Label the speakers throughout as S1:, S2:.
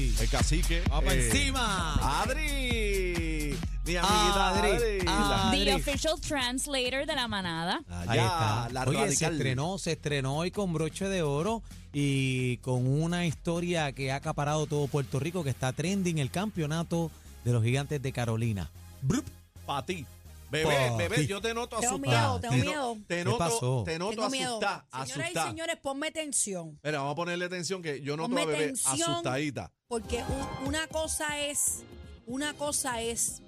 S1: El cacique.
S2: Va pa'
S1: eh,
S2: encima.
S1: Adri. Mi amiguita
S2: Adri,
S1: Ah, Adri. Ah.
S2: Adri.
S1: La-
S3: The
S2: Madrid.
S3: official translator de la manada.
S2: Ahí
S1: Allá,
S2: está.
S1: la
S2: Oye, se
S1: radical.
S2: estrenó, se estrenó hoy con broche de oro y con una historia que ha acaparado todo Puerto Rico, que está trending el campeonato de los gigantes de Carolina. Brup.
S1: Pa' ti. Bebé,
S2: Pa'
S1: bebé,
S2: ti.
S1: yo te noto
S4: Tengo
S1: asustada.
S2: miedo,
S1: Te
S4: tengo
S1: no-
S4: miedo.
S1: Te
S2: ¿Qué
S1: noto,
S2: pasó?
S1: te noto
S4: Tengo miedo.
S1: asustada,
S4: Señoras
S1: asustada.
S4: y señores, ponme tensión.
S1: Mira, vamos a ponerle tensión que yo noto
S4: Ponme
S1: a bebé
S4: tensión.
S1: asustadita.
S4: Porque u- una cosa es, una cosa es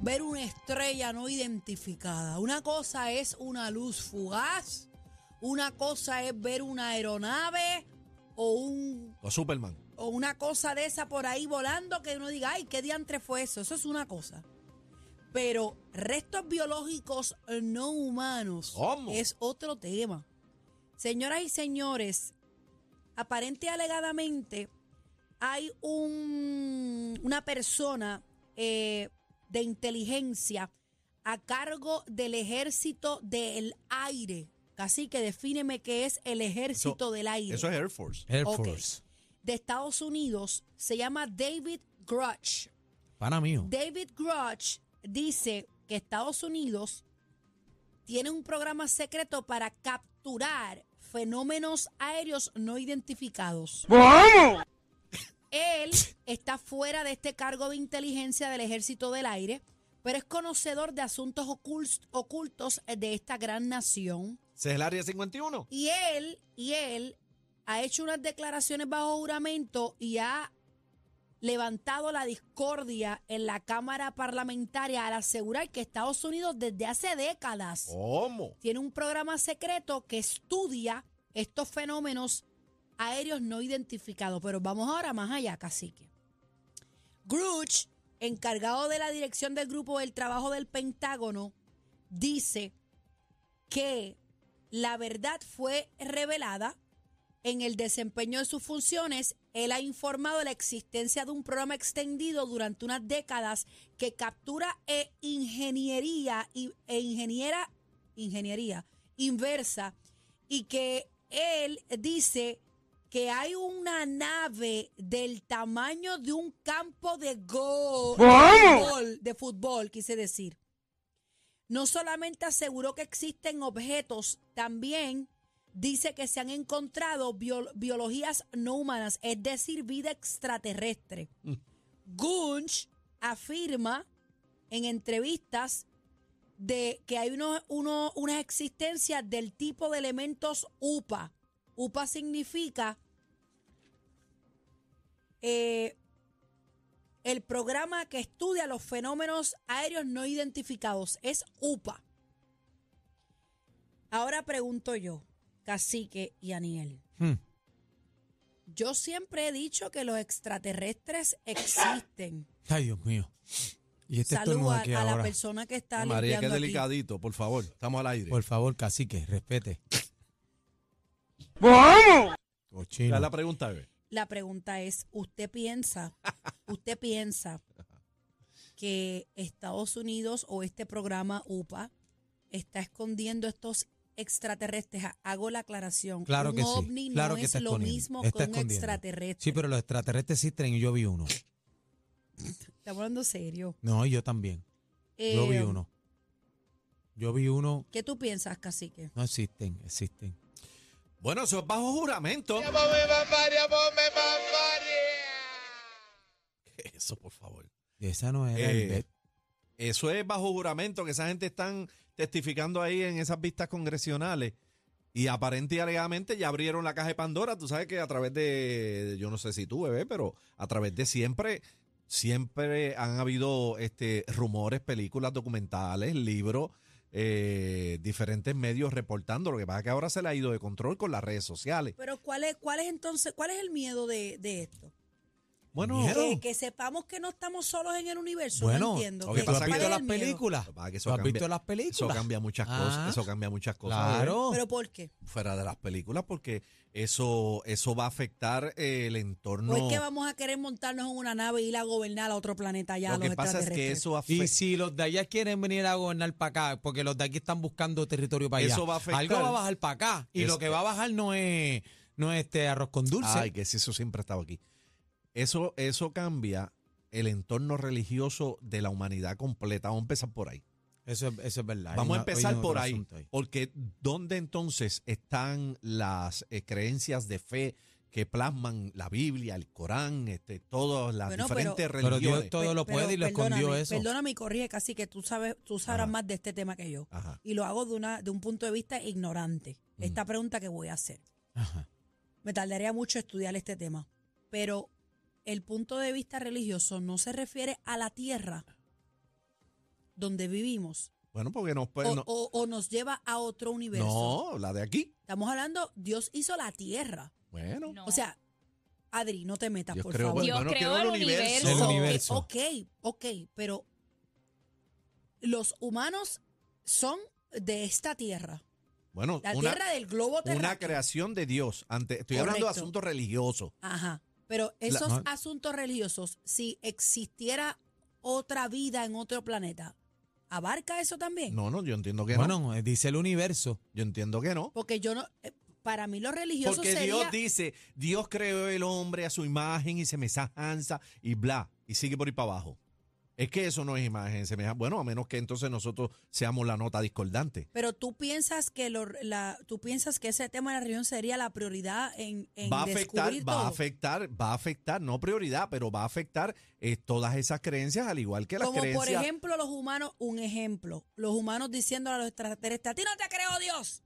S4: ver una estrella no identificada. Una cosa es una luz fugaz. Una cosa es ver una aeronave o un
S1: O Superman.
S4: o una cosa de esa por ahí volando que uno diga, ay, qué diantre fue eso. Eso es una cosa. Pero restos biológicos no humanos
S1: ¿Cómo?
S4: es otro tema. Señoras y señores, aparente y alegadamente hay un, una persona eh, de inteligencia a cargo del ejército del aire. Así que defíneme qué es el ejército del aire
S1: Eso es Air Force.
S2: Air
S4: Ok.
S2: Force.
S4: de Estados Unidos se llama David Grudge.
S2: Pana mío.
S4: David Grudge dice que Estados Unidos tiene un programa secreto para capturar fenómenos aéreos no identificados. Él está fuera de este cargo de inteligencia del Ejército del Aire, pero es conocedor de asuntos ocul- ocultos de esta gran nación.
S1: Ese es el área 51.
S4: Y él, y él ha hecho unas declaraciones bajo juramento y ha levantado la discordia en la Cámara Parlamentaria al asegurar que Estados Unidos desde hace décadas
S1: ¿Cómo?
S4: tiene un programa secreto que estudia estos fenómenos aéreos no identificados. Pero vamos ahora más allá, cacique. Gruch, encargado de la dirección del Grupo del Trabajo del Pentágono, dice que la verdad fue revelada en el desempeño de sus funciones. Él ha informado de la existencia de un programa extendido durante unas décadas que captura e ingeniería y- e ingeniera ingeniería inversa y que él dice que hay una nave del tamaño de un campo de go- de fútbol, de fútbol, quise decir. No solamente aseguró que existen objetos, también dice que se han encontrado bio- biologías no humanas, es decir, vida extraterrestre. Gunch afirma en entrevistas de que hay unos- uno- unas existencias del tipo de elementos UPA. UPA significa eh, el programa que estudia los fenómenos aéreos no identificados. Es UPA. Ahora pregunto yo, Cacique y Aniel.
S2: Hmm.
S4: Yo siempre he dicho que los extraterrestres existen.
S2: Ay, Dios mío. Y este estornudo
S4: Saluda
S2: aquí
S4: a, la
S2: ahora.
S4: persona que está
S1: María, qué
S4: limpiando aquí.
S1: delicadito, por favor. Estamos al aire.
S2: Por favor, cacique, respete. ¡Vamos!
S1: Dale
S2: Cochino.
S1: la pregunta, bebé.
S4: La pregunta es, ¿usted piensa, usted piensa que Estados Unidos o este programa UPA está escondiendo estos extraterrestres? Ha- Hago la aclaración.
S2: Claro
S4: un
S2: que sí,
S4: ovni
S2: claro
S4: no
S2: que
S4: es
S2: está
S4: lo
S2: escondiendo,
S4: mismo
S2: está
S4: que un
S2: escondiendo.
S4: extraterrestre.
S2: Sí, pero los extraterrestres existen y yo vi uno.
S4: Estamos hablando serio.
S2: No, y yo también. Yo vi
S4: Eh,
S2: uno. Yo vi uno.
S4: ¿Qué tú piensas, cacique?
S2: No existen, existen.
S1: Bueno, eso es bajo juramento. ¿Qué es Eso, por favor.
S2: Esa no era
S1: Eh,
S2: el bet.
S1: Eso es bajo juramento que esa gente están testificando ahí en esas vistas congresionales. Y aparente y alegadamente ya abrieron la caja de Pandora. Tú sabes que a través de, yo no sé si tú, bebé, pero a través de siempre, siempre han habido este, rumores, películas, documentales, libros, eh, diferentes medios reportando. Lo que pasa es que ahora se le ha ido de control con las redes sociales.
S4: Pero ¿cuál es, cuál es entonces, cuál es el miedo de, de esto?
S1: Bueno,
S2: Miedo.
S4: Que, que sepamos que no estamos solos en el universo. no
S2: Bueno,
S4: entiendo.
S2: ¿tú
S1: Lo que
S4: ¿Qué-
S1: pasa
S2: has
S1: es
S4: cuál
S2: visto
S4: es
S2: las
S4: el miedo?
S2: películas?
S1: Lo que pasa es que eso
S2: ¿Tú has
S1: cambia-
S2: visto las
S1: eso
S2: películas?
S1: cambia muchas
S2: Ah,
S1: cosas. Eso cambia muchas cosas. bebé.
S2: Claro.
S4: ¿Pero por qué?
S1: fuera de las películas porque eso eso va a afectar eh, el entorno.
S4: ¿O es que vamos a querer montarnos en una nave y ir a gobernar a otro planeta ya?
S1: Lo que
S4: los
S1: pasa es que
S4: extraterrestres?
S1: eso
S2: Y
S4: pues,
S1: afecta.
S2: si los de allá quieren venir a gobernar para acá, porque los de aquí están buscando territorio para allá,
S1: Eso va a afectar.
S2: algo va a bajar para acá. Y
S1: Es-
S2: lo que va a bajar no es, no es este arroz con dulce.
S1: Ay, que si eso siempre ha estado aquí. Eso, eso cambia el entorno religioso de la humanidad completa. Vamos a empezar por ahí.
S2: Eso, es- eso es verdad. Hay
S1: Vamos a
S2: una- hay
S1: empezar
S2: otro
S1: por ahí,
S2: asunto
S1: Porque ¿dónde entonces están las eh, creencias de fe que plasman la Biblia, el Corán, este, todas las
S4: Bueno, pero-
S1: diferentes
S2: Pero
S1: religiones?
S2: Dios todo lo puede y lo escondió
S4: perdóname,
S2: eso.
S4: Perdóname y corrige, casi que tú sabes, tú sabrás
S1: Ajá.
S4: más de este tema que yo.
S1: Ajá.
S4: Y lo hago de una, de un punto de vista ignorante.
S1: Mm.
S4: Esta pregunta que voy a hacer.
S2: Ajá.
S4: Me tardaría mucho estudiar este tema. Pero el punto de vista religioso no se refiere a la tierra donde vivimos.
S1: Bueno, porque nos puede-
S4: o,
S1: Pues no,
S4: o- o nos lleva a otro universo.
S1: no, la de aquí.
S4: Estamos hablando, Dios hizo la tierra.
S1: Bueno,
S3: No.
S4: O sea, Adri, no te metas,
S1: Dios
S4: por
S1: creó-
S4: favor.
S3: Dios
S1: bueno,
S3: creó
S1: creó el
S3: el
S1: universo.
S3: universo.
S2: El universo.
S4: Ok, ok, pero los humanos son de esta tierra,
S1: bueno,
S4: la
S1: una,
S4: tierra del globo terráqueo.
S1: una creación de Dios. Ante, estoy hablando de
S4: Correcto.
S1: asuntos religiosos.
S4: Ajá. Pero esos
S2: Ajá.
S4: asuntos religiosos, si existiera otra vida en otro planeta, ¿abarca eso también?
S1: No, no, yo entiendo que no.
S2: Bueno, eh, dice el universo.
S1: Yo entiendo que no.
S4: Porque yo no, eh, para mí los religiosos
S1: Porque
S4: sería-
S1: Dios dice, Dios creó el hombre a su imagen y semejanza y bla, y sigue por ahí para abajo. Es que eso no es imagen, semejanza. Bueno, a menos que entonces nosotros seamos la nota discordante.
S4: Pero tú piensas que lo- la, tú piensas que ese tema de la religión sería la prioridad en, en
S1: va a afectar,
S4: descubrir
S1: va a
S4: todo.
S1: afectar, va a afectar, no prioridad, pero va a afectar eh, todas esas creencias, al igual que las
S4: Como
S1: creencias.
S4: por ejemplo los humanos, un ejemplo, los humanos diciendo a los extraterrestres, a ti no te creo Dios.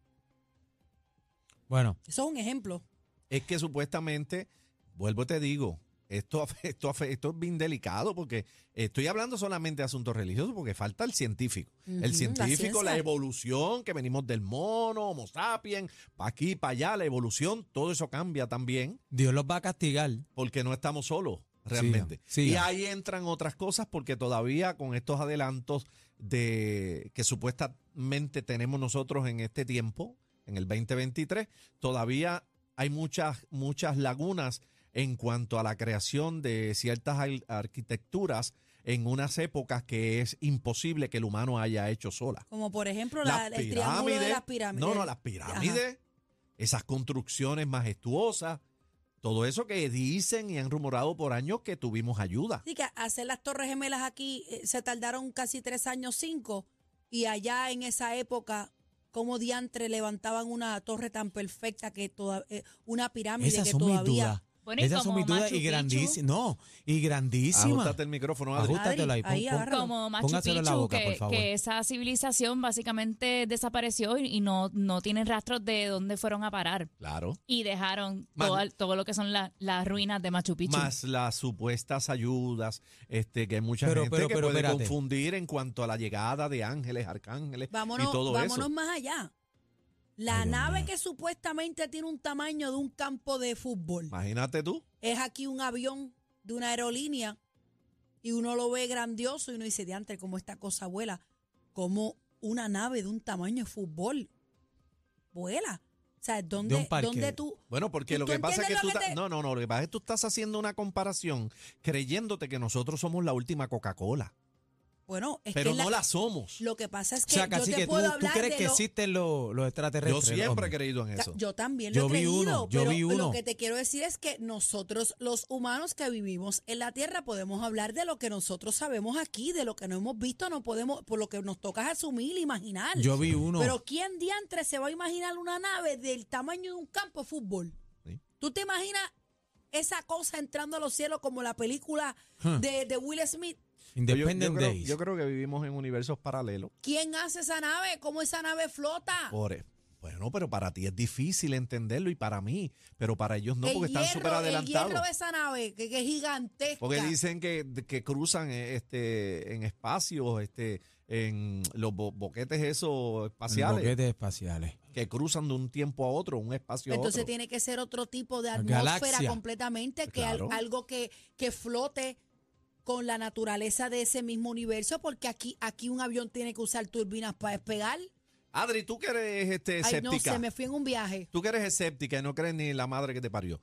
S2: Bueno,
S4: Eso es un ejemplo.
S1: es que supuestamente, vuelvo y te digo, esto, afe- esto, afe- esto es bien delicado porque estoy hablando solamente de asuntos religiosos porque falta el científico.
S4: Ujú, la
S1: el científico, la,
S4: ciencia.
S1: evolución, que venimos del mono, homo sapiens, para aquí, para allá, la evolución, todo eso cambia también
S2: Dios los va a castigar.
S1: porque no estamos solos realmente.
S2: sí.
S1: Y ahí entran otras cosas porque todavía con estos adelantos de que supuestamente tenemos nosotros en este tiempo, en el 2023, todavía hay muchas muchas lagunas en cuanto a la creación de ciertas al- arquitecturas en unas épocas que es imposible que el humano haya hecho sola.
S4: Como por ejemplo la-
S1: Las
S4: el triángulo de
S1: pirámides.
S4: las pirámides.
S1: No, no, las pirámides, esas construcciones majestuosas, todo eso que dicen y han rumorado por años que tuvimos ayuda.
S4: Así que hacer las torres gemelas aquí eh, se tardaron casi tres años, cinco, y allá en esa época, como diantre levantaban una torre tan perfecta que toda, eh, una pirámide
S2: Esas
S4: que
S2: son mis dudas.
S4: todavía...
S3: Bueno, y
S2: Esas son
S3: como
S2: mis dudas
S3: Machu
S2: y
S3: Picchu,
S2: grandísimas.
S1: Ah,
S2: No, y grandísimas.
S1: Ajustate el micrófono, Adri.
S4: Ajusta-
S2: Ajústatelo ahí. pon-
S4: Ahí,
S2: pon-
S4: agárralo.
S3: Como Machu
S2: Póngaselo en la
S3: Picchu,
S2: boca,
S3: que,
S2: por favor.
S3: que esa civilización básicamente desapareció y, y no, no tienen rastros de dónde fueron a parar.
S1: Claro.
S3: Y dejaron
S1: Más-
S3: todo, todo lo que son la- las ruinas de Machu Picchu.
S1: Más las supuestas ayudas, este, que hay mucha
S2: Pero,
S1: gente
S2: pero,
S1: que
S2: pero,
S1: puede
S2: espérate.
S1: confundir en cuanto a la llegada de ángeles, arcángeles y
S4: Vámonos,
S1: todo
S4: vámonos
S1: eso.
S4: más allá.
S2: Ay,
S4: La
S2: Dios
S4: nave
S2: mío.
S4: que supuestamente tiene un tamaño de un campo de fútbol.
S1: Imagínate tú.
S4: es aquí un avión de una aerolínea y uno lo ve grandioso y uno dice, diantre, como esta cosa vuela, como una nave de un tamaño de fútbol vuela. O sea, ¿dónde,
S2: un parque.
S4: dónde tú?
S1: Bueno, porque
S4: ¿Tú-
S1: lo
S4: tú
S1: que pasa es que
S4: entiendes
S1: tú
S4: lo que
S1: ta-
S4: te-
S1: no, no, no, lo que pasa es que tú estás haciendo una comparación creyéndote que nosotros somos la última Coca-Cola,
S4: Bueno, es
S1: pero
S4: que
S1: no
S4: la-
S1: la somos.
S4: lo que pasa es
S2: O
S4: que
S2: sea,
S4: yo
S2: casi
S4: te
S2: que tú,
S4: puedo
S2: tú
S4: hablar
S2: crees
S4: de
S2: que
S4: lo-
S2: existen los, los
S1: Yo
S2: extraterrestres. los
S1: siempre he
S2: ovnis.
S1: creído en
S4: o sea,
S1: eso.
S4: Yo también
S2: Yo
S4: lo he
S2: vi
S4: creído,
S2: uno, yo
S4: pero
S2: vi uno.
S4: lo que te quiero decir es que nosotros los humanos que vivimos en la Tierra podemos hablar de lo que nosotros sabemos aquí, de lo que no hemos visto, no podemos, por lo que nos toca es asumir, imaginar.
S2: Yo vi uno.
S4: Pero ¿quién diantre se va a imaginar una nave del tamaño de un campo de fútbol?
S1: Sí.
S4: ¿Tú te imaginas esa cosa entrando a los cielos como la película
S2: Huh.
S4: de, de Will Smith?
S1: Yo- yo
S2: Independent
S1: creo-
S2: Days.
S1: yo creo que vivimos en universos paralelos.
S4: ¿Quién hace esa nave? ¿Cómo esa nave flota?
S1: Pobre. Bueno, pero para ti es difícil entenderlo y para mí, pero para ellos no, porque están súper
S4: El hierro
S1: adelantados.
S4: de esa nave, que, que es gigantesca.
S1: Porque dicen que, que cruzan eh, este, en espacios, este, en los bo- boquetes esos espaciales,
S2: Boquetes espaciales.
S1: que cruzan de un tiempo a otro, un espacio a
S4: Entonces
S1: otro.
S4: tiene que ser otro tipo de atmósfera
S2: Galaxia.
S4: completamente, que al-
S1: Claro.
S4: algo que, que flote con la naturaleza de ese mismo universo, porque aquí, aquí un avión tiene que usar turbinas para despegar.
S1: Adri, tú que eres este,
S4: Ay, no,
S1: escéptica.
S4: se me fui en un viaje.
S1: Tú que eres escéptica y no crees ni en la madre que te parió.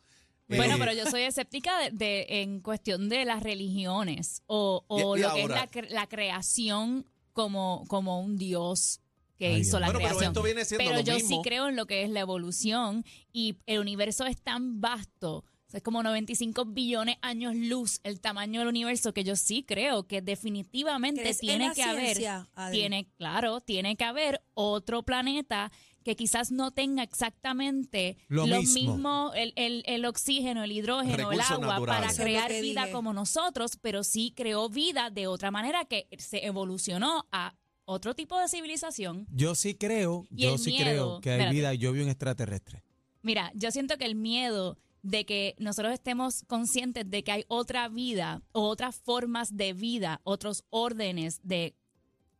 S3: Bueno,
S1: Eh,
S3: pero yo soy escéptica de, de- en cuestión de las religiones o, o
S1: Y- y
S3: lo que es
S1: ahora.
S3: la, cre- la creación como, como un dios que
S2: Ay,
S3: hizo
S2: Dios.
S3: la
S1: bueno, pero
S3: creación.
S1: esto viene siendo
S3: Pero
S1: lo
S3: yo
S1: mismo.
S3: sí creo en lo que es la evolución y el universo es tan vasto O sea, es como 95 billones años luz el tamaño del universo, que yo sí creo que definitivamente
S4: ¿Crees en
S3: tiene
S4: la
S3: que haber.
S4: ciencia, Adri?
S3: Tiene, claro, tiene que haber otro planeta que quizás no tenga exactamente
S2: Lo mismo.
S3: mismo, el, el- el oxígeno, el hidrógeno,
S1: Recursos
S3: el agua
S1: naturales.
S3: para
S4: Eso es lo
S3: crear
S4: que
S3: vida
S4: dije.
S3: como nosotros, pero sí creó vida de otra manera que se evolucionó a otro tipo de civilización.
S2: Yo sí creo,
S3: Y
S2: yo
S3: el
S2: sí
S3: miedo,
S2: creo que hay
S3: espérate.
S2: vida. Yo vi un extraterrestre.
S3: Mira, yo siento que el miedo de que nosotros estemos conscientes de que hay otra vida o otras formas de vida, otros órdenes de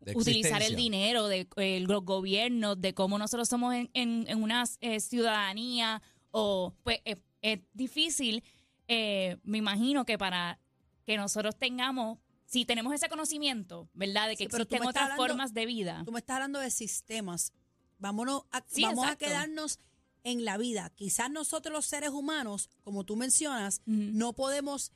S1: de
S3: utilizar el
S1: existencia.
S3: dinero de eh, los gobiernos, de cómo nosotros somos en, en- en una eh, ciudadanía, o pues es, es difícil, eh, me imagino que para que nosotros tengamos, si tenemos ese conocimiento, ¿verdad? De que
S4: Sí, pero tú
S3: existen
S4: me
S3: otras
S4: estás hablando-
S3: formas de vida.
S4: Tú me estás hablando de sistemas. Vámonos a,
S3: Sí,
S4: vamos
S3: exacto.
S4: a quedarnos en la vida. Quizás nosotros los seres humanos, como tú mencionas,
S3: Ujú.
S4: no podemos,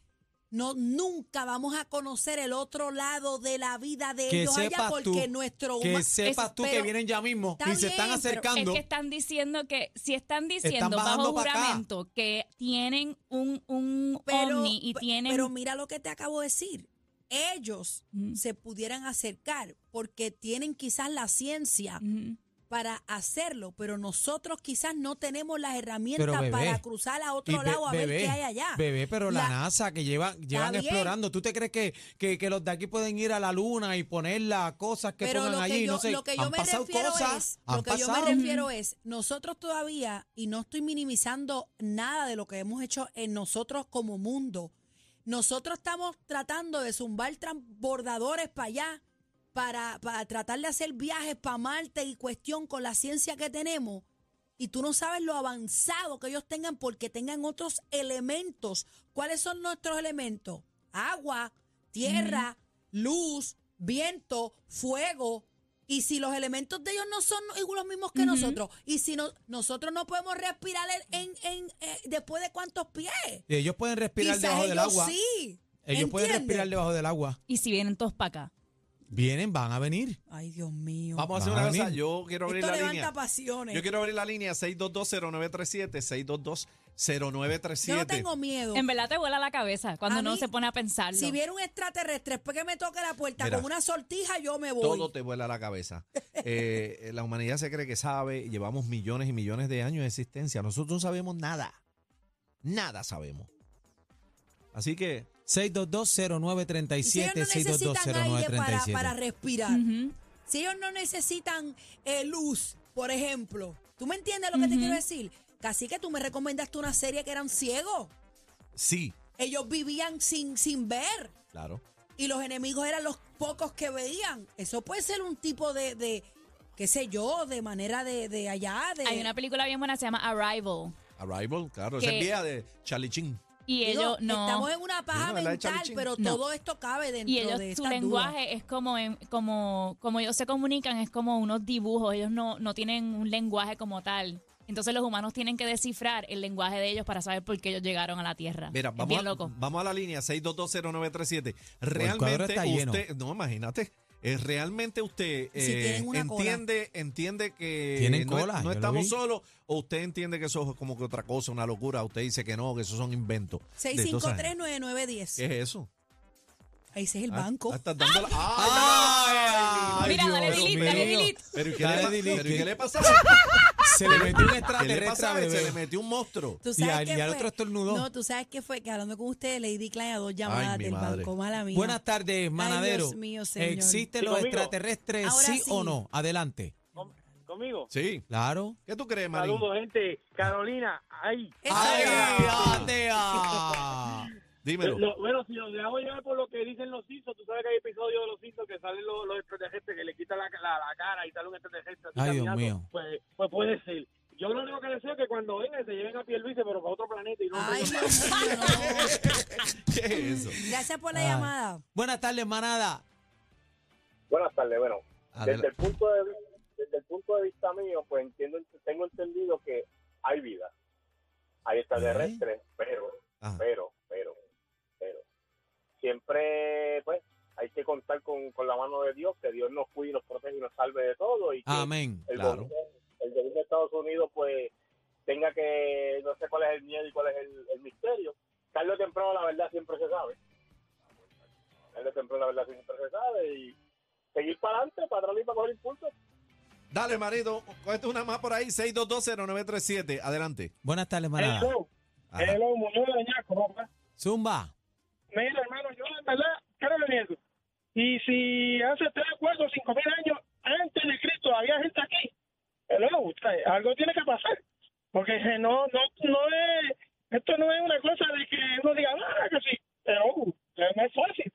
S4: no nunca vamos a conocer el otro lado de la vida de
S2: Que
S4: ellos allá
S2: sepas
S4: porque
S2: tú
S4: nuestro
S2: Que
S4: huma-
S2: sepas tú que
S4: pero-
S2: vienen ya mismo
S4: está
S2: y se están
S4: bien, pero
S2: acercando.
S3: Es que están diciendo que, si están diciendo
S2: bajando
S3: bajo
S2: pa' acá.
S3: juramento que tienen un, un
S4: pero,
S3: ovni y
S4: pe-
S3: tienen... Mm,
S4: pero mira lo que te acabo de decir. Ellos
S3: Ujú.
S4: se pudieran acercar porque tienen quizás la ciencia
S3: Ujú.
S4: para hacerlo, pero nosotros quizás no tenemos las herramientas
S2: Pero, bebé,
S4: para cruzar a
S2: Y
S4: otro
S2: be-
S4: lado a ver qué hay allá.
S2: Bebé, pero la,
S4: La-
S2: NASA que lleva, llevan
S4: bien.
S2: explorando. ¿Tú te crees que, que, que los de aquí pueden ir a la luna y poner las cosas que
S4: pero
S2: pongan
S4: lo que
S2: allí?
S4: yo,
S2: no sé,
S4: lo que yo
S2: han
S4: me
S2: pasado
S4: refiero
S2: cosas.
S4: es,
S2: han
S4: lo que
S2: pasado.
S4: yo me refiero es, nosotros todavía, y no estoy minimizando nada de lo que hemos hecho en nosotros como mundo, nosotros estamos tratando de zumbar transbordadores para allá, para, para tratar de hacer viajes para Marte y cuestión con la ciencia que tenemos. Y tú no sabes lo avanzado que ellos tengan porque tengan otros elementos. ¿Cuáles son nuestros elementos? Agua, tierra, luz, viento, fuego. Y si los elementos de ellos no son igual los mismos que
S3: Ujú.
S4: nosotros, y si no, nosotros no podemos respirar en, en- en, eh, después de cuántos pies,
S2: Y ellos pueden respirar
S4: quizás
S2: debajo del
S4: ellos
S2: agua.
S4: sí.
S2: Ellos pueden
S4: ¿entiendes?
S2: respirar debajo del agua.
S3: Y si vienen todos para acá.
S2: Vienen, van a venir.
S4: Ay, Dios mío.
S1: Vamos a hacer
S2: Van a
S1: una cosa.
S2: venir.
S1: Yo quiero abrir
S4: Esto
S1: la
S4: levanta
S1: línea.
S4: pasiones.
S1: Yo quiero abrir la línea 622-0937, 622-0937.
S4: Yo no tengo miedo.
S3: En verdad te vuela la cabeza cuando
S4: A
S3: uno
S4: mí,
S3: se pone a pensarlo.
S4: Si viene un extraterrestre, después que me toque la puerta
S1: Mira,
S4: con una sortija, yo me voy.
S1: Todo te vuela la cabeza. Eh, la humanidad se cree que sabe, llevamos millones y millones de años de existencia. Nosotros no sabemos nada. Nada sabemos. Así que
S2: 6220937,
S4: Y si ellos no necesitan aire para, para respirar,
S3: Ujú.
S4: si ellos no necesitan eh, luz, por ejemplo, ¿tú me entiendes lo que te
S3: Ujú.
S4: quiero decir? Casi que tú me recomendaste una serie que eran ciegos.
S1: sí,
S4: Ellos vivían sin, sin ver
S1: claro.
S4: y los enemigos eran los pocos que veían. Eso puede ser un tipo de, de qué sé yo, de manera de, de allá. De,
S3: Hay una película bien buena, se llama Arrival.
S1: Arrival, claro.
S3: Que-
S1: Esa es vieja de Charlie Chin.
S3: Y
S4: Digo,
S3: ellos no.
S4: Estamos en una paja
S1: Digo, la de
S4: mental,
S1: Charlie Chin.
S4: pero
S3: No.
S4: todo esto cabe dentro
S3: y ellos,
S4: de
S3: su
S4: estas dudas.
S3: lenguaje es como, en- como, como ellos se comunican, es como unos dibujos. Ellos no, no tienen un lenguaje como tal. Entonces los humanos tienen que descifrar el lenguaje de ellos para saber por qué ellos llegaron a la Tierra.
S1: Mira,
S3: Es
S1: vamos
S3: bien
S1: a,
S3: loco.
S1: vamos a la línea 6220937.
S2: Pues, el cuadro
S1: Realmente
S2: está lleno.
S1: usted, no, imagínate, eh, realmente usted
S4: Si
S1: eh,
S4: tienen una cola.
S1: entiende, entiende que
S2: Tienen
S1: no,
S2: cola,
S1: no
S2: yo lo
S1: estamos
S2: vi.
S1: solos o usted entiende que eso es como que otra cosa, una locura. Usted dice que no, que eso son inventos. de toda esa gente. ¿Qué
S4: 6539910.
S1: es eso?
S4: Ahí sí es el
S1: Ah,
S4: banco.
S1: ah, estás dando la- ¡Ay,
S2: Ay,
S3: Mira, dale
S2: Dios
S3: delete, dale
S2: mío.
S3: delete.
S1: Pero ¿y qué,
S2: Dale,
S1: le, pa-
S2: dile
S1: pero ¿y
S2: que-
S1: qué le pasa?
S2: Se le metió un
S1: ¿Qué le pasa?
S2: extraterrestre,
S1: Se le
S2: bebé.
S1: metió un monstruo.
S4: ¿Tú
S2: Y al- y al otro estornudó.
S4: No, tú sabes qué fue, que hablando con ustedes le di clic a dos llamadas
S1: mi
S4: del
S1: madre.
S4: banco, mala mía.
S2: Buenas tardes, manadero.
S4: Dios mío, señor.
S2: ¿Existen
S5: Sí,
S2: los
S5: conmigo.
S2: extraterrestres,
S4: Ahora
S2: sí, o
S4: sí.
S2: no? Adelante.
S5: ¿Conmigo?
S1: Sí.
S2: Claro.
S1: ¿Qué tú crees, Marín?
S5: Saludos, gente. Carolina, ahí.
S4: Eso
S2: ¡Ay,
S4: era.
S2: atea!
S1: Dímelo.
S5: Lo- bueno, si nos dejamos llevar por lo que dicen los Simpsons, tú sabes que hay episodios de los Simpsons que salen los, los extraterrestres, que le quitan la, la- la cara y sale un extraterrestre. así
S2: Ay, Dios
S5: caminando.
S2: mío.
S5: Pues, pues puede ser. Yo lo único que deseo es que cuando vengan se lleven a Pierluise, pero para otro planeta y no...
S4: Ay, Dios mío, no.
S1: ¿Qué es eso?
S4: Gracias por la
S2: Ay.
S4: llamada.
S2: Buenas tardes, manada.
S5: Buenas tardes, bueno.
S1: Adela-
S5: el punto de desde el punto de vista mío, pues entiendo, tengo entendido que hay vida. Hay
S1: extraterrestres,
S5: pero
S1: Ajá.
S5: pero, pero, pero, siempre, pues, hay que contar con, con la mano de Dios, que Dios nos cuide, nos protege y nos salve de todo. Y que
S2: Amén.
S5: el,
S1: claro.
S5: gobierno, el gobierno de Estados Unidos, pues, tenga que, no sé cuál es el miedo y cuál es el, el misterio. Tarde o temprano la verdad siempre se sabe. Tarde o temprano la verdad siempre se sabe y seguir para adelante, para atrás y para coger impulso.
S1: Dale, marido, cuéntame una más por ahí, 6220937. Adelante.
S2: Buenas tardes, manada.
S5: Hello,
S1: Ajá.
S5: hello, Muñoz de Ñaco, papá.
S2: Zumba.
S5: Mira, hermano, yo en verdad creo en eso. Y si hace tres, cuatro, cinco mil años antes de Cristo había gente aquí, hello, o sea, algo tiene que pasar. Porque eh, no, no, no es, esto no es una cosa de que uno diga, ah, que sí, pero no es fácil.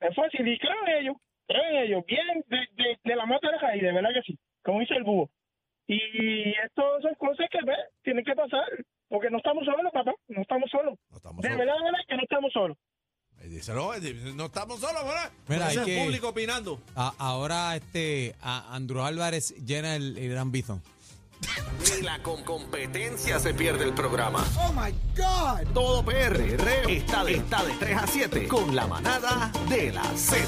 S5: No Es fácil, y creo en ellos, creo en ellos, bien de, de, de la mata de Jair, de verdad que sí, como dice el búho. Y esto son cosas que ve, tienen que pasar, porque no estamos solos, papá, no estamos solos.
S1: No estamos
S5: De
S1: solos.
S5: verdad, de verdad que no estamos solos.
S1: Eh, dice, no, eh, dice, no estamos solos, ¿verdad?
S2: Mira,
S1: Ese
S2: hay
S1: es
S2: que-
S1: público opinando.
S2: A- ahora este a Andrew Álvarez llena el, el gran bison.
S6: Ni la con competencia se pierde el programa. Oh my God. Todo PR está de, está de 3 a 7 con la manada de la Z.